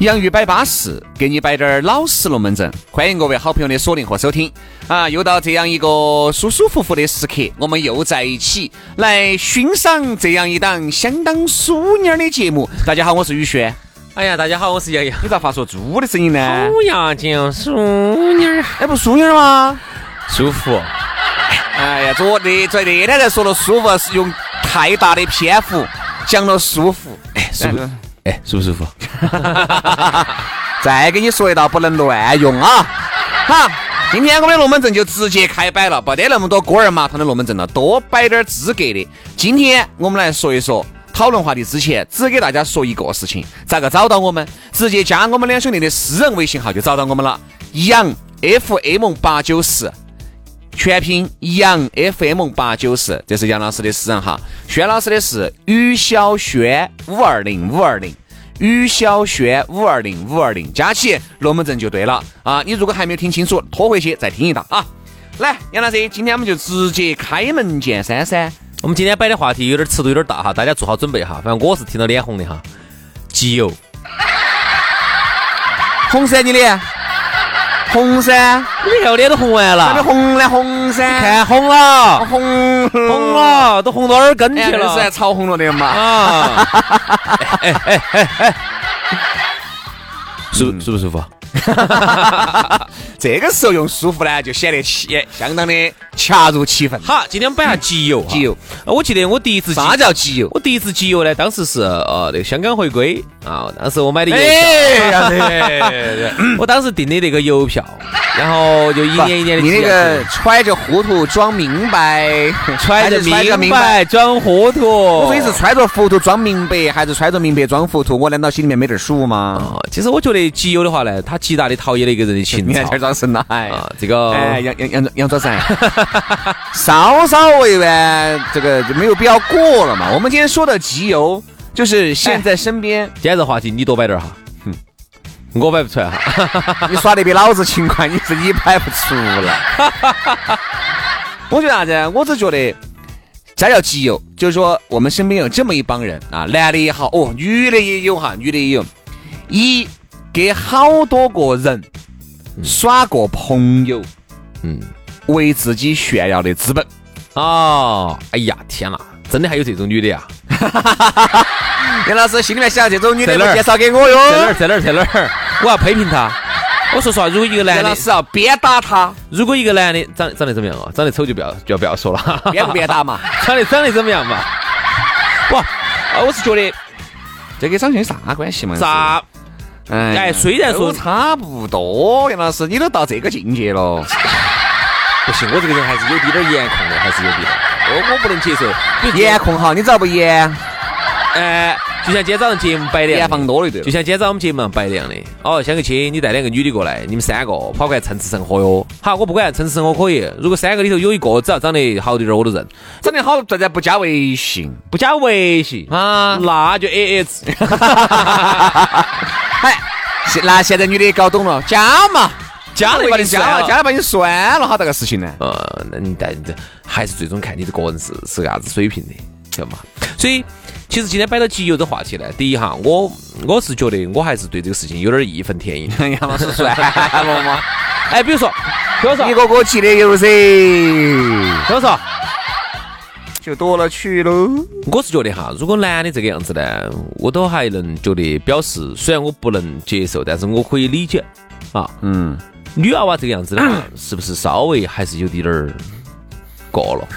洋芋摆巴适，给你摆点儿老实龙门阵。欢迎各位好朋友的锁定和收听啊！又到这样一个舒舒服服的时刻，我们又在一起来欣赏这样一档相当淑女儿的节目。大家好，我是宇轩。哎呀，大家好，我是洋洋。你咋发出猪的声音呢？不要讲淑女儿，哎，不淑女儿吗？舒服。哎呀，昨那昨那天才说了舒服，是用太大的篇幅讲了舒服。哎，舒服。哎，舒不舒服？ 再给你说一道，不能乱用啊！好，今天我们的龙门阵就直接开摆了，不得那么多锅儿麻汤的龙门阵了，多摆点儿资格的。今天我们来说一说讨论话题之前，只给大家说一个事情：咋个找到我们？直接加我们两兄弟的私人微信号就找到我们了，杨 FM 八九四。全拼杨 FM 八九四，这是杨老师的私人号，轩老师的是于小轩五二零五二零，于小轩五二零五二零，加起龙门阵就对了啊！你如果还没有听清楚，拖回去再听一道啊！来，杨老师，今天我们就直接开门见山噻。我们今天摆的话题有点尺度有点大哈，大家做好准备哈。反正我是听到脸红的哈。集邮，红噻，你脸红噻，你看我脸都红完那边了，红来红噻，看红了，红红，了，都红到耳根去哎，那是还了。潮红了的 嘛。啊！哎嗯舒舒不舒服？这个时候用舒服呢，就显得气，哎相当的恰如其分。好，今天我们摆下集邮哈。集邮啊，我记得我第一次集啥叫集邮？我第一次集邮呢，当时是呃那个香港回归啊，当时我买的邮票。哎，嗯杨子，我当时订的那个邮票，然后就一年一年的你那个揣着糊涂装明白， 揣着还是明。白哦装糊涂，我我说你是揣着糊涂装明白，还是揣着明白装糊涂？我难道心里面没点数吗？啊，其实我觉得集邮的话呢，它极大的陶冶了一个人的情 你看操这儿装神了，哎呀啊，这个哎，杨杨杨杨主 任，稍稍委婉，这个就没有必要过了嘛。我们今天说的集邮，就是现在身边今天这话题你多摆点儿哈，哼，我摆不出来哈， 你耍得比老子勤快，你自己摆不出来。 我觉得啥子？我只觉得啥叫基友，就是说我们身边有这么一帮人啊，男的也好，哦，女的也有哈，女的也有，一给好多个人嗯耍过朋友，嗯，为自己炫耀的资本。哦，哎呀，天哪，真的还有这种女的呀？杨老师心里面想，这种女的在不哪儿介绍给我哟。在哪儿，在哪儿，在哪儿？ 我要批评她。我说实话，如果一个男杨老的，师要鞭打他， 如果一个男的长长得怎么样啊？长得丑就不要就不要说了， 哈哈鞭不鞭打嘛？长得长得怎么样嘛？哇，啊，我是觉得这跟张轩有啥关系嘛？咋？哎哎虽然说都差不多，杨老师，你都到这个境界 了，不行，我这个人还是有滴点儿颜控的，还是有滴点儿，我我不能接受。比如严，控好，你咋不严？哎，就像今天早上节目摆的严样放的，多了对就了。像今天早上我们节目上摆的样的。哦，相个亲，你带两个女的过来，你们三个跑过来蹭吃蹭喝哟。好，我不管蹭吃蹭喝可以，如果三个里头有一个只要长得好点儿，我都认。长得好，大家不加微信不加微信啊，啊？那就 A A 制。哎，现那现在女的搞懂了，加嘛，加了把你加了加了，加了把你酸了，好大个事情 呢？呃，那你但这还是最终看你这个人是是个啥子水平的，晓得嘛？所以其实今天摆到集邮这话题呢，第一哈，我我是觉得我还是对这个事情有点义愤填膺。 杨哎老师酸了 吗？哎，比如说，比如说，一比个个记得有噻，如说，就多了去喽。我是觉得哈，如果男的这个样子呢，我都还能觉得表示，虽然我不能接受，但是我可以理解啊。嗯，女娃娃这个样子呢， 是不是稍微还是有滴点儿过了？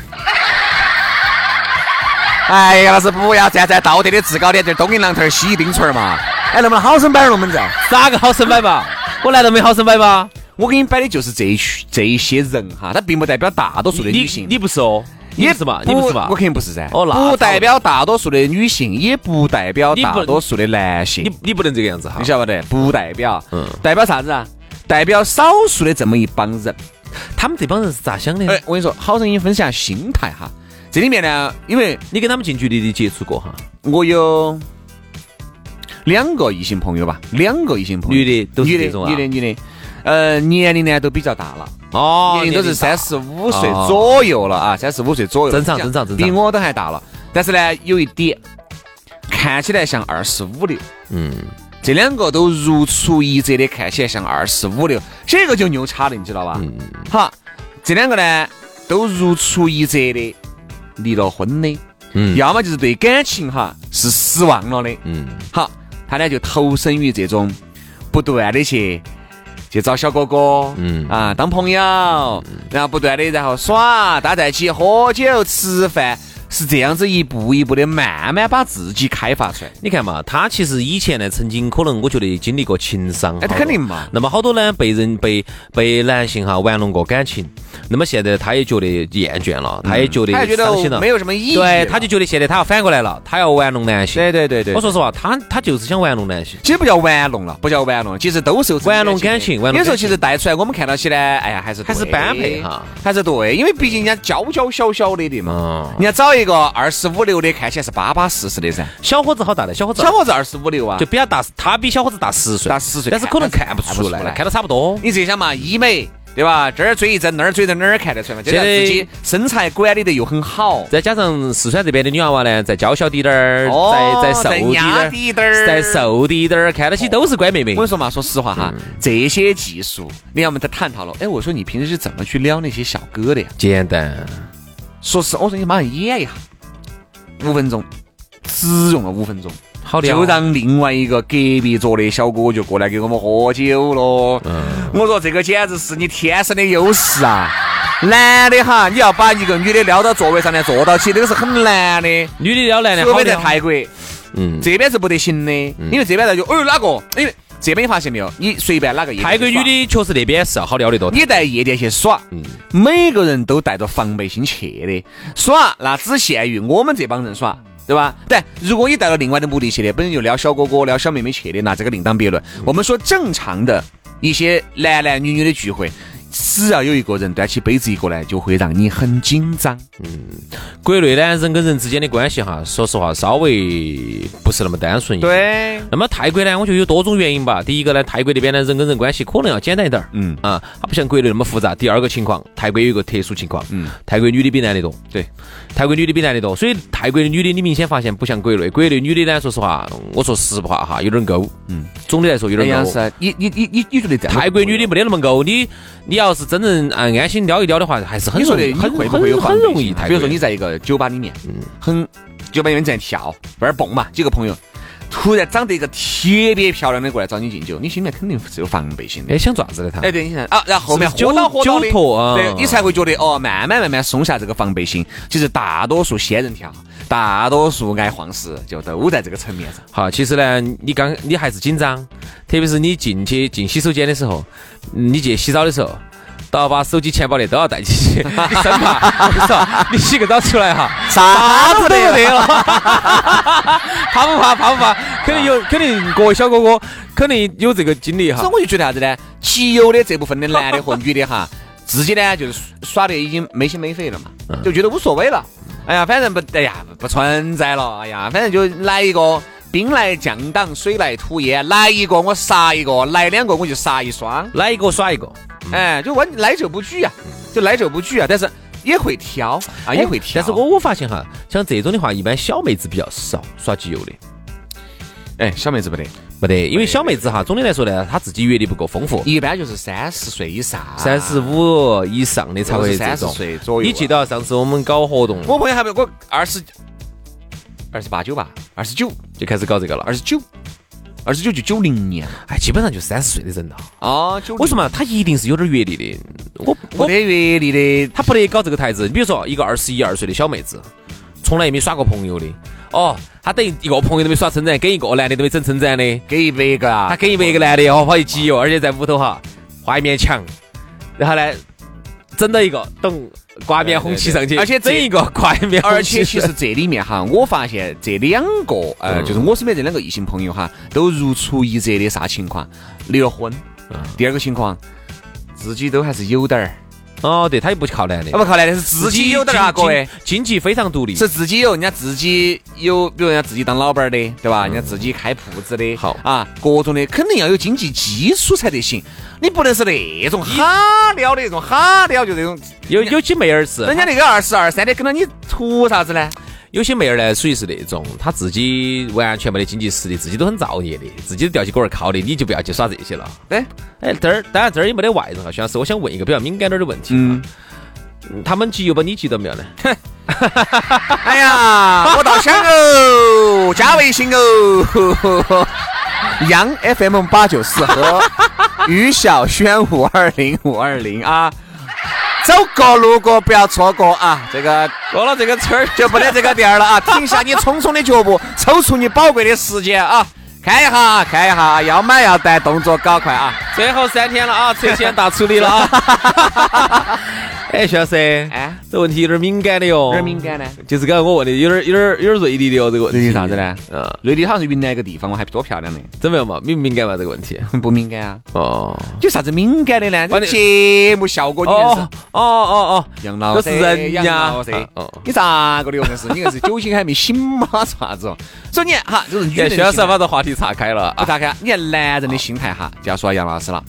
哎，杨老师不要站在道德的制高点，这东一榔头儿西一钉锤儿嘛。哎，能不能好生摆点龙门阵？咋个好生摆嘛？我难道没好生摆吗？我给你摆的就是这一群这一些人哈，他并不代表大多数的你女性。你不是哦，你也不是嘛？你不是嘛我？肯定不是噻。哦那不代表大多数的女性，也不代表你不大多数的男性。你你不能这个样子哈你，晓不得？不代表，嗯代表啥子啊？代表少数的这么一帮人。他们这帮人是咋想的？哎，我跟你说，好人也分享心态哈。这里面呢，因为你跟他们近距离的接触过哈？我有两个异性朋友吧，两个异性朋友，女的都是女这种的，啊女的，女的，呃，年龄呢都比较大了。哦年龄都是三，十五岁哦左右了啊，三十五岁左右，正常这样正常正常比我都还大了。但是呢，有一点，看起来像二十五六，嗯，这两个都如出一辙的看起来像二十五六，这个就牛叉了，你知道嗯吧？好，这两个呢都如出一辙的离了婚的，嗯要么就是对感情哈是失望了的，嗯，好，他呢就投身于这种不断的去去找小哥哥，嗯啊，当朋友，然后不断的然后耍，大家在一起喝酒吃饭，是这样子一步一步的慢慢把自己开发出来。你看嘛，他其实以前呢，曾经可能我觉得经历过情伤，哎好多肯定嘛那么好多呢，被人被被男性哈玩弄过感情，那么现在他也觉得厌倦了，他也觉得嗯他也觉伤心得了没，有什么意义了，对，他就觉得现在他要反过来了，他要玩弄男性。对对对对，我说实话，他他就是想玩弄男性。其实不叫玩弄了，不叫玩弄，其实都是有自己玩弄感情玩弄有时候感情其实带出来，我们看到起来，哎呀，还是还是对般配哈，还是对，因为毕竟人家娇娇小小的的嘛嗯，人家找一个二十五六的，看起来是巴巴适适的噻。小伙子好大的，小伙子小伙子二十五六啊，就比他大，他比小伙子大十岁，大10岁但是可能看看不看不出出来，来看到差不多。你这想嘛，医美对吧？这儿追一针，那儿追一针，哪儿看得出来嘛？现现在在自己身材管理得又很好，再加上四川这边的女娃娃呢，再娇小滴点儿，哦再再瘦再滴点压儿，低点儿，再。瘦滴点儿，看得起都是乖妹妹我。跟你说嘛，说实话哈，这些技术，你看我们在探讨了。哎，我说你平时是怎么去撩那些小哥的呀？简单，说实，我说你马上演一下，五分钟，只用了五分钟，好啊的，就让另外一个隔壁桌的小哥就过来给我们喝酒了。我说这个简直是你天生的优势啊！ 男的哈，你要把一个女的撩到座位上来坐到起，这个是很难的。女的撩男的除好非在撩。泰国，嗯，这边是不得行的，因为这边呢就，哦哪个？因为这边你发现没有，你随便哪个夜店泰国去女耍的确实那边是要好撩得多。你在夜店去耍，每个人都带着防备心去的耍，那只限于我们这帮人耍。对吧？但如果你带了另外的目的去的，本身就撩小哥哥、撩小妹妹去的，那这个另当别论。我们说正常的一些男男女女的聚会，只要有一个人端起杯子一过来，就会让你很紧张。国内呢，人跟人之间的关系哈，说实话稍微不是那么单纯一些。对，那么泰国呢，我觉得有多种原因吧。第一个呢，泰国那边呢人跟人关系可能要简单一点儿，嗯啊，它不像国内那么复杂。第二个情况，泰国有一个特殊情况，嗯，泰国女的比男的多，对，泰国女的比男的多，所以泰国的女的你明显发现不像国内，国内女的呢，说实话，我说实话哈，有点勾，嗯，总的来说有那点样勾。哎是，啊你你你你你觉得这样泰国女的的没得那么勾，你你要是真正啊安心撩一撩的话，还是很你说容的易，你很会不会有很防很备容易。心啊泰比国如说你在一个酒吧里面，嗯很酒吧里面在跳，在那儿蹦嘛，几个朋友突然长得一个特别漂亮的过来找你敬酒，你心里面肯定是有防备心的哎。想爪子的他，哎，对，你看啊，然后后面是不是喝到酒喝到的酒托啊对你才会觉得哦，慢慢慢慢松下这个防备心。其实大多数仙人跳，大多数爱晃事，就都在这个层面上。好，其实呢，你刚你还是紧张，特别是你进去进洗手间的时候，嗯你去洗澡的时候，都要把手机、钱包那都要带进 去，你生怕，我跟你说你洗个澡出来哈，啥都没得 了，怕不怕？怕不怕？肯定有，肯定各位小哥哥肯定有这个经历所哈以。我就觉得啥子呢？极有的这部分的男的和女的哈， 自己呢就是耍的已经没心没肺了嘛，就觉得无所谓了。哎呀，反正不，哎呀，不存在了。哎呀，反正就来一个兵来将挡，水来土掩，来一个我杀一个，来两个我就杀一双。来一个耍一个，哎，就完来者不拒啊，就来者不拒啊。但是也会挑哎啊，也会挑。但是我我发现哈，像这种的话，一般小妹子比较少耍集邮的。哎，小妹子不得，没得，因为小妹子哈，总的来说呢，她自己阅历不够丰富，一般就是三十岁以上，三十五以上的才或者会是这三十种。岁左右啊。你记得上次我们搞活动我朋友还没有，我二十二十八九吧，二十九，就开始搞这个了，二十九，二十九就九零年了哎，基本上就三十岁的人了。啊，九我说嘛，他一定是有点阅历的。我没我得阅历的，他不得搞这个台子。你比如说一个二十一二岁的小妹子，从来也没耍过朋友的，哦，他等于一个朋友都没耍称赞，跟一个男的都没整称赞的，给一百个他啊，跟一百个男的哦，跑去挤哦，而且在屋头哈，画一面墙，然后呢，整到一个咚，挂一面红旗上去，对对对而且整这一个挂一面红而旗且上去，其实这里面 哈，我发现这两个呃，就是我身边这两个异性朋友哈，都如出一辙的啥情况？离了婚。第二个情况，自己都还是有点儿，哦，对他又不靠男的啊，不靠那，但是自己有点儿啊，各位。经经济非常独立。是自己有，人家自己有，比如人家自己当老板儿的，对吧？人家自己开铺子的，好啊，各种的，肯定要有经济基础才得行。你不能是那种哈撩的那种哈撩，就那种有有些妹儿是，人家那个二十二三的跟到你图啥子呢？有些妹儿呢，属于是那种她自己完全没得经济实力，自己都很造孽的，自己都吊起狗儿靠的，你就不要去耍这些了。哎，哎，这儿当然这儿也没得外人啊，徐老师，我想问一个比较敏感点儿的问题啊。嗯嗯他们集邮包你集到没有呢？哎呀，我倒想哦，加微信哦， 杨 FM 八九四和于小轩五二零五二零啊，走过路过不要错过啊，这个过了这个村儿， 就不得这个店儿了啊！停下你匆匆的脚步，抽出你宝贵的时间啊！看一下啊，看一下啊，要买要带，动作搞快啊！最后三天了啊，拆迁大处理了 啊。哎，徐老师，哎，这问题有点敏感的哟，有点敏感呢。就是刚才我问的，有点有点有点锐利的哦，这个问题。瑞丽啥子呢？嗯，瑞丽好像是云南一个地方，我还多漂亮呢，怎么样嘛？敏不敏感嘛这个问题？ 很不敏感啊？哦。有啥子敏感的呢？完这了节目效果你硬是哦哦哦哦，杨老师，这是人杨家老师啊哦，你咋个的？我硬是你硬是酒精还没醒嘛？啥子哦？所以你看哈，就是女哎人的徐老师心态把这话题岔开了不啊。打开，你看男人的心态哈，就要说到杨 老师了。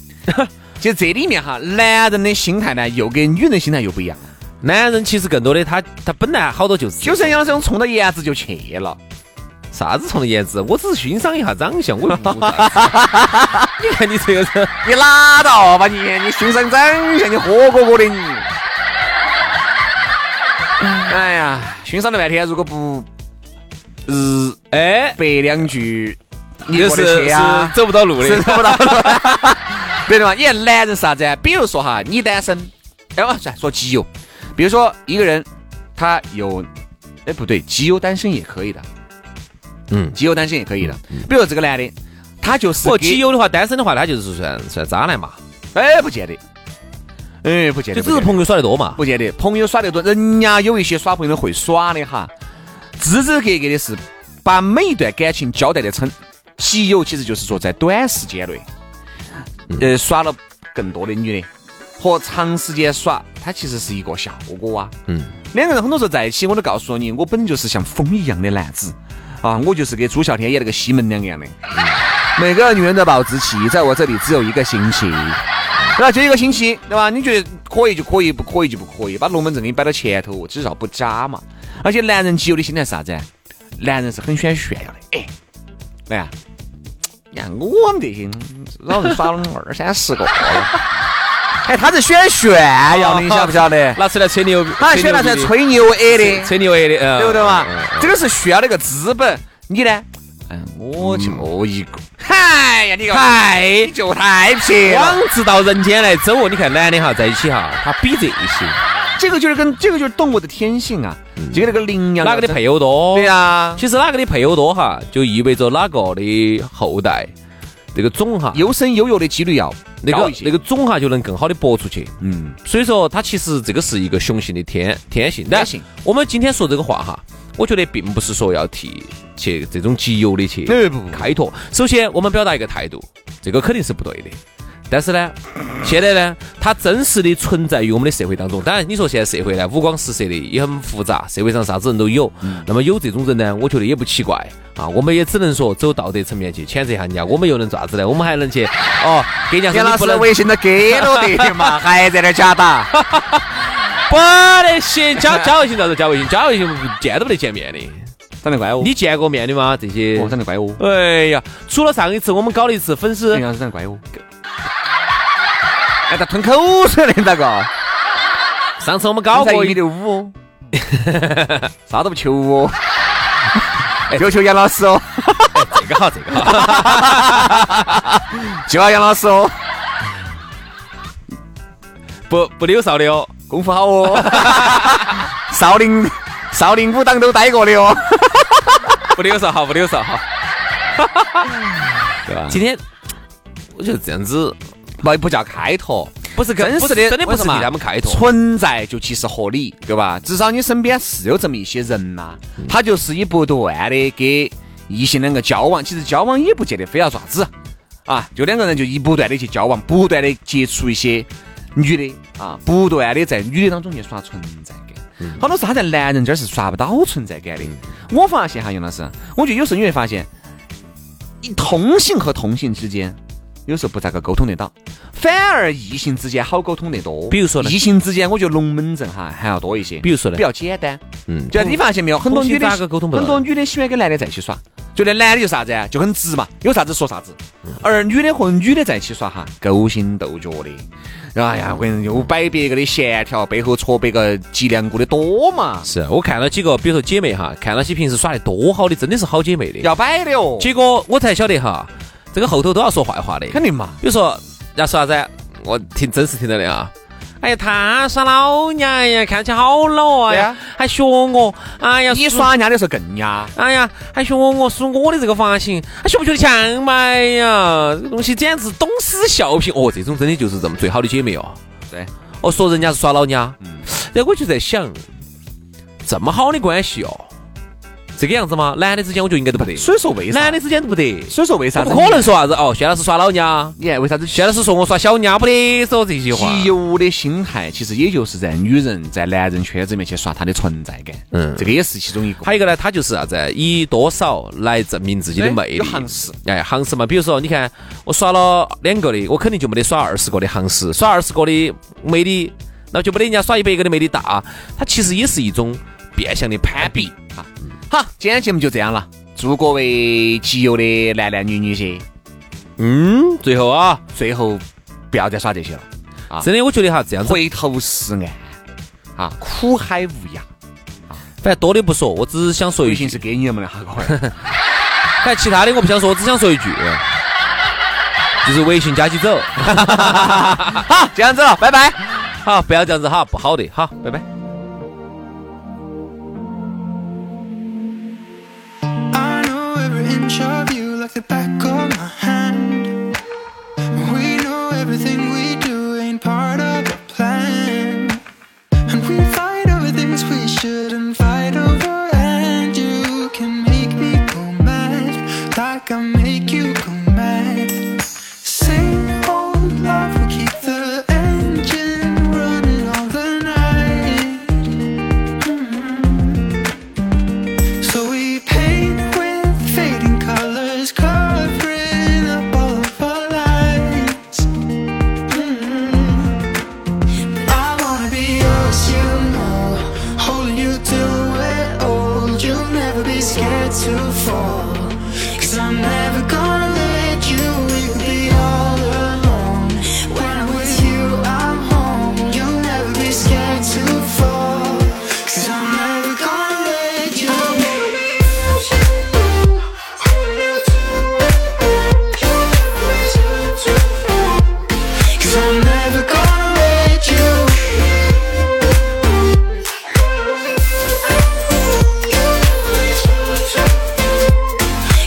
就这里面哈，男人的心态呢，又跟女人的心态又不一样。 男人其实更多的他他本来好多就是就是杨老师，我冲到颜值就去了。啥子从颜值，我只是欣赏一下长相，我又不你看你这个人，你拉倒吧你，你欣赏长相，你火锅 锅的你。哎呀，欣赏了半天，如果不日哎，白两句，你就过得是去是啊？走不到路是的。找不到了。 对的嘛？你看男人是啥子啊？比如说哈，你单身，哎，我算说基友，比如说一个人他有，哎不对，基友单身也可以的，嗯，基友单身也可以的。比如说这个男的，他就是不过给基友的话，单身的话，他就是算算渣男嘛，哎，不见得，哎，不见就只是得，不见得朋友耍得多嘛。不见得，朋友耍得多，人家有一些耍朋友会耍的哈，支支格格的是把每一段感情交代得很基友，其实就是说在短时间内，呃，耍了更多的女的，和长时间耍，它其实是一个效果啊。嗯，两个人很多时候在一起，我都告诉你，我本就是像风一样的男子啊，我就是跟朱孝天演那个西门两个样的。嗯每个女人的保质期在我这里只有一个星期，对吧？就一个星期，对吧？你觉得可以就可以，不可以就不可以，把龙门阵给你摆到前头，至少不渣嘛。而且男人基友的心态是啥子啊？男人是很喜欢炫耀的，哎，来呀、你看我们这些老人耍了二三十个了，哎，他是喜欢炫耀的，你晓不晓 得？拿出来吹牛，他喜欢拿出来逼吹牛 A 的，吹吹牛 A 的，嗯对不对嘛嗯嗯？哎这个是需要那个资本。你呢？嗯，我就一个。嗨呀，你个嗨，你就太撇了。往直到人间来走哦，你看男的哈在一起哈，他比这一些，这个就是跟这个就是动物的天性啊，就跟那个羚羊哪嗯个的配？配偶多？对啊呀，其实哪个的配偶多哈，就意味着哪个的后代这个种哈，有生有有的几率要那高个一些那个种哈就能更好的播出去。嗯，所以说，它其实这个是一个雄性的天天性。但天性我们今天说这个话哈，我觉得并不是说要替去这种集邮的去哎不不不开拓。首先，我们表达一个态度，这个肯定是不对的。但是 呢，现在呢，它真实的存在于我们的社会当中。当然，你说现在社会呢五光十色的，也很复杂，社会上啥子人都有。嗯那么有这种人呢，我觉得也不奇怪啊。我们也只能说走道德层面去谴责一下人家，我们又能咋子呢？我们还能去哦，给人家杨说你不老师能微信都给了 的嘛，还在那儿假打。不得行，加加微信啥子？加微信，加微信见都不得见面的。长得乖 哦，你见过面的吗？这些哦？长得 乖哦，哎呀，除了上一次我们搞了一次粉丝杨，老师长得乖哦。哎，他吞口水的那个，上次我们高搞过过一米一，六五哦， 啥都不求哦， 就求杨老师哦，这个好，这个好，就要杨老师哦， 不不溜哨的哦。功夫好 哦，少林少林武当都待过的哦，不溜少哈，不溜少 哈。对吧？今天我觉得这样子不不叫开拓，不是真实的真的不为是什给么他们开拓。存在就其实合理，对吧？至少你身边是有这么一些人呐、嗯他就是以不断的给异性两个交往，其实交往也不见得非要爪子啊，就两个人就以不断的去交往，不断的接触一些女的啊，不断的在女的当中去刷存在感。嗯好多时候他在男人这儿是刷不到存在感的。我发现哈，杨老师，我觉得有时候你会发现，一同性和同性之间有时候不咋个沟通得到，反而异性之间好沟通得多。比如说呢异性之间我觉得龙门阵哈还要多一些，比如说呢比较简单。嗯，就你发现没有，很多同性女的咋个沟通不到很多女的喜欢跟男的在一起耍，觉得男的就啥子啊，就很直嘛，有啥子说啥子。而女的和女的在一起耍哈，勾心斗角的，哎呀，我跟你又摆别个的闲条，背后戳别个脊梁骨的多嘛，是我看了几个，比如说姐妹哈，看到些平时耍得多好的，真的是好姐妹的。要摆的哦，结果我才晓得哈，这个后头都要说坏话的。肯定嘛。比如说，人家说啥子？我听真实听到的啊。哎呀，他耍老娘哎呀，看起来好老哦哎对呀啊，还学我，哎呀，你梳，耍人家的时候更呀，哎呀，还学我梳我的这个发型，还学不学得像嘛？哎呀，这个东西简直东施效颦哦！这种真的就是这么最好的姐妹哦。对，嗯哦，说人家是耍老娘，然后我就在想，这么好的关系哦，这个样子吗？男的之间我觉得应该都不得，所以说为啥？男的之间都不得，所以说为啥我子不可能说啥子哦，薛老师耍老娘。你？你看为啥子薛老师说我耍小娘不得，说这些话。集邮的心态，其实也就是在女人在男人圈子里面去刷她的存在感，嗯这个也是其中一个。还有一个呢，他就是啥、子，以多少来证明自己的哎魅力。有行市，哎，行市嘛，比如说，你看我耍了两个的，我肯定就没得耍二十个的行市，耍二十个的魅力，那就没得人家耍一百个的魅力大。它其实也是一种变相的攀比。哈。好，今天节目就这样了，祝各位集邮的男男女女些，嗯，最后啊，最后不要再耍这些了，啊真的，我觉得哈，这样子，回头是岸，啊，苦海无涯。反正多的不说，我只想说一微信句，是给你们的哈，各位。反正其他的我不想说，我只想说一句，就是微信加起走。 好，这样子了，拜拜。好，不要这样子哈，不好的哈，拜拜。 I know every inch of you like the back of my hand. We know everything we do ain't part of the plan. And we fight over things we shouldn't fight over. And you can make me go mad, like I make you go mad. Same old love, we keep the engine running all the night. So we paint with fading colors, covering up all of our lights. I wanna be yours, you know, holding you till we're old. You'll never be scared to fall, cause I'm never gonna let you. We could be all alone. When I'm with you, I'm home. You'll never be scared to fall, cause I'm never gonna let you. I wanna be yours, you know, holding you till we're old. You'll never be scared to fall. Cause I'm never gonna let you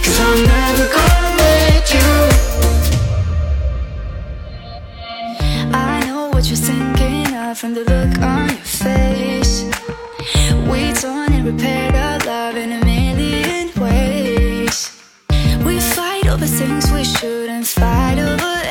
Cause I'm never gonna let you I know what you're thinking of from the look on your face. We torn and repaired our love in a million ways. We fight over things we shouldn't fight over, Hmm.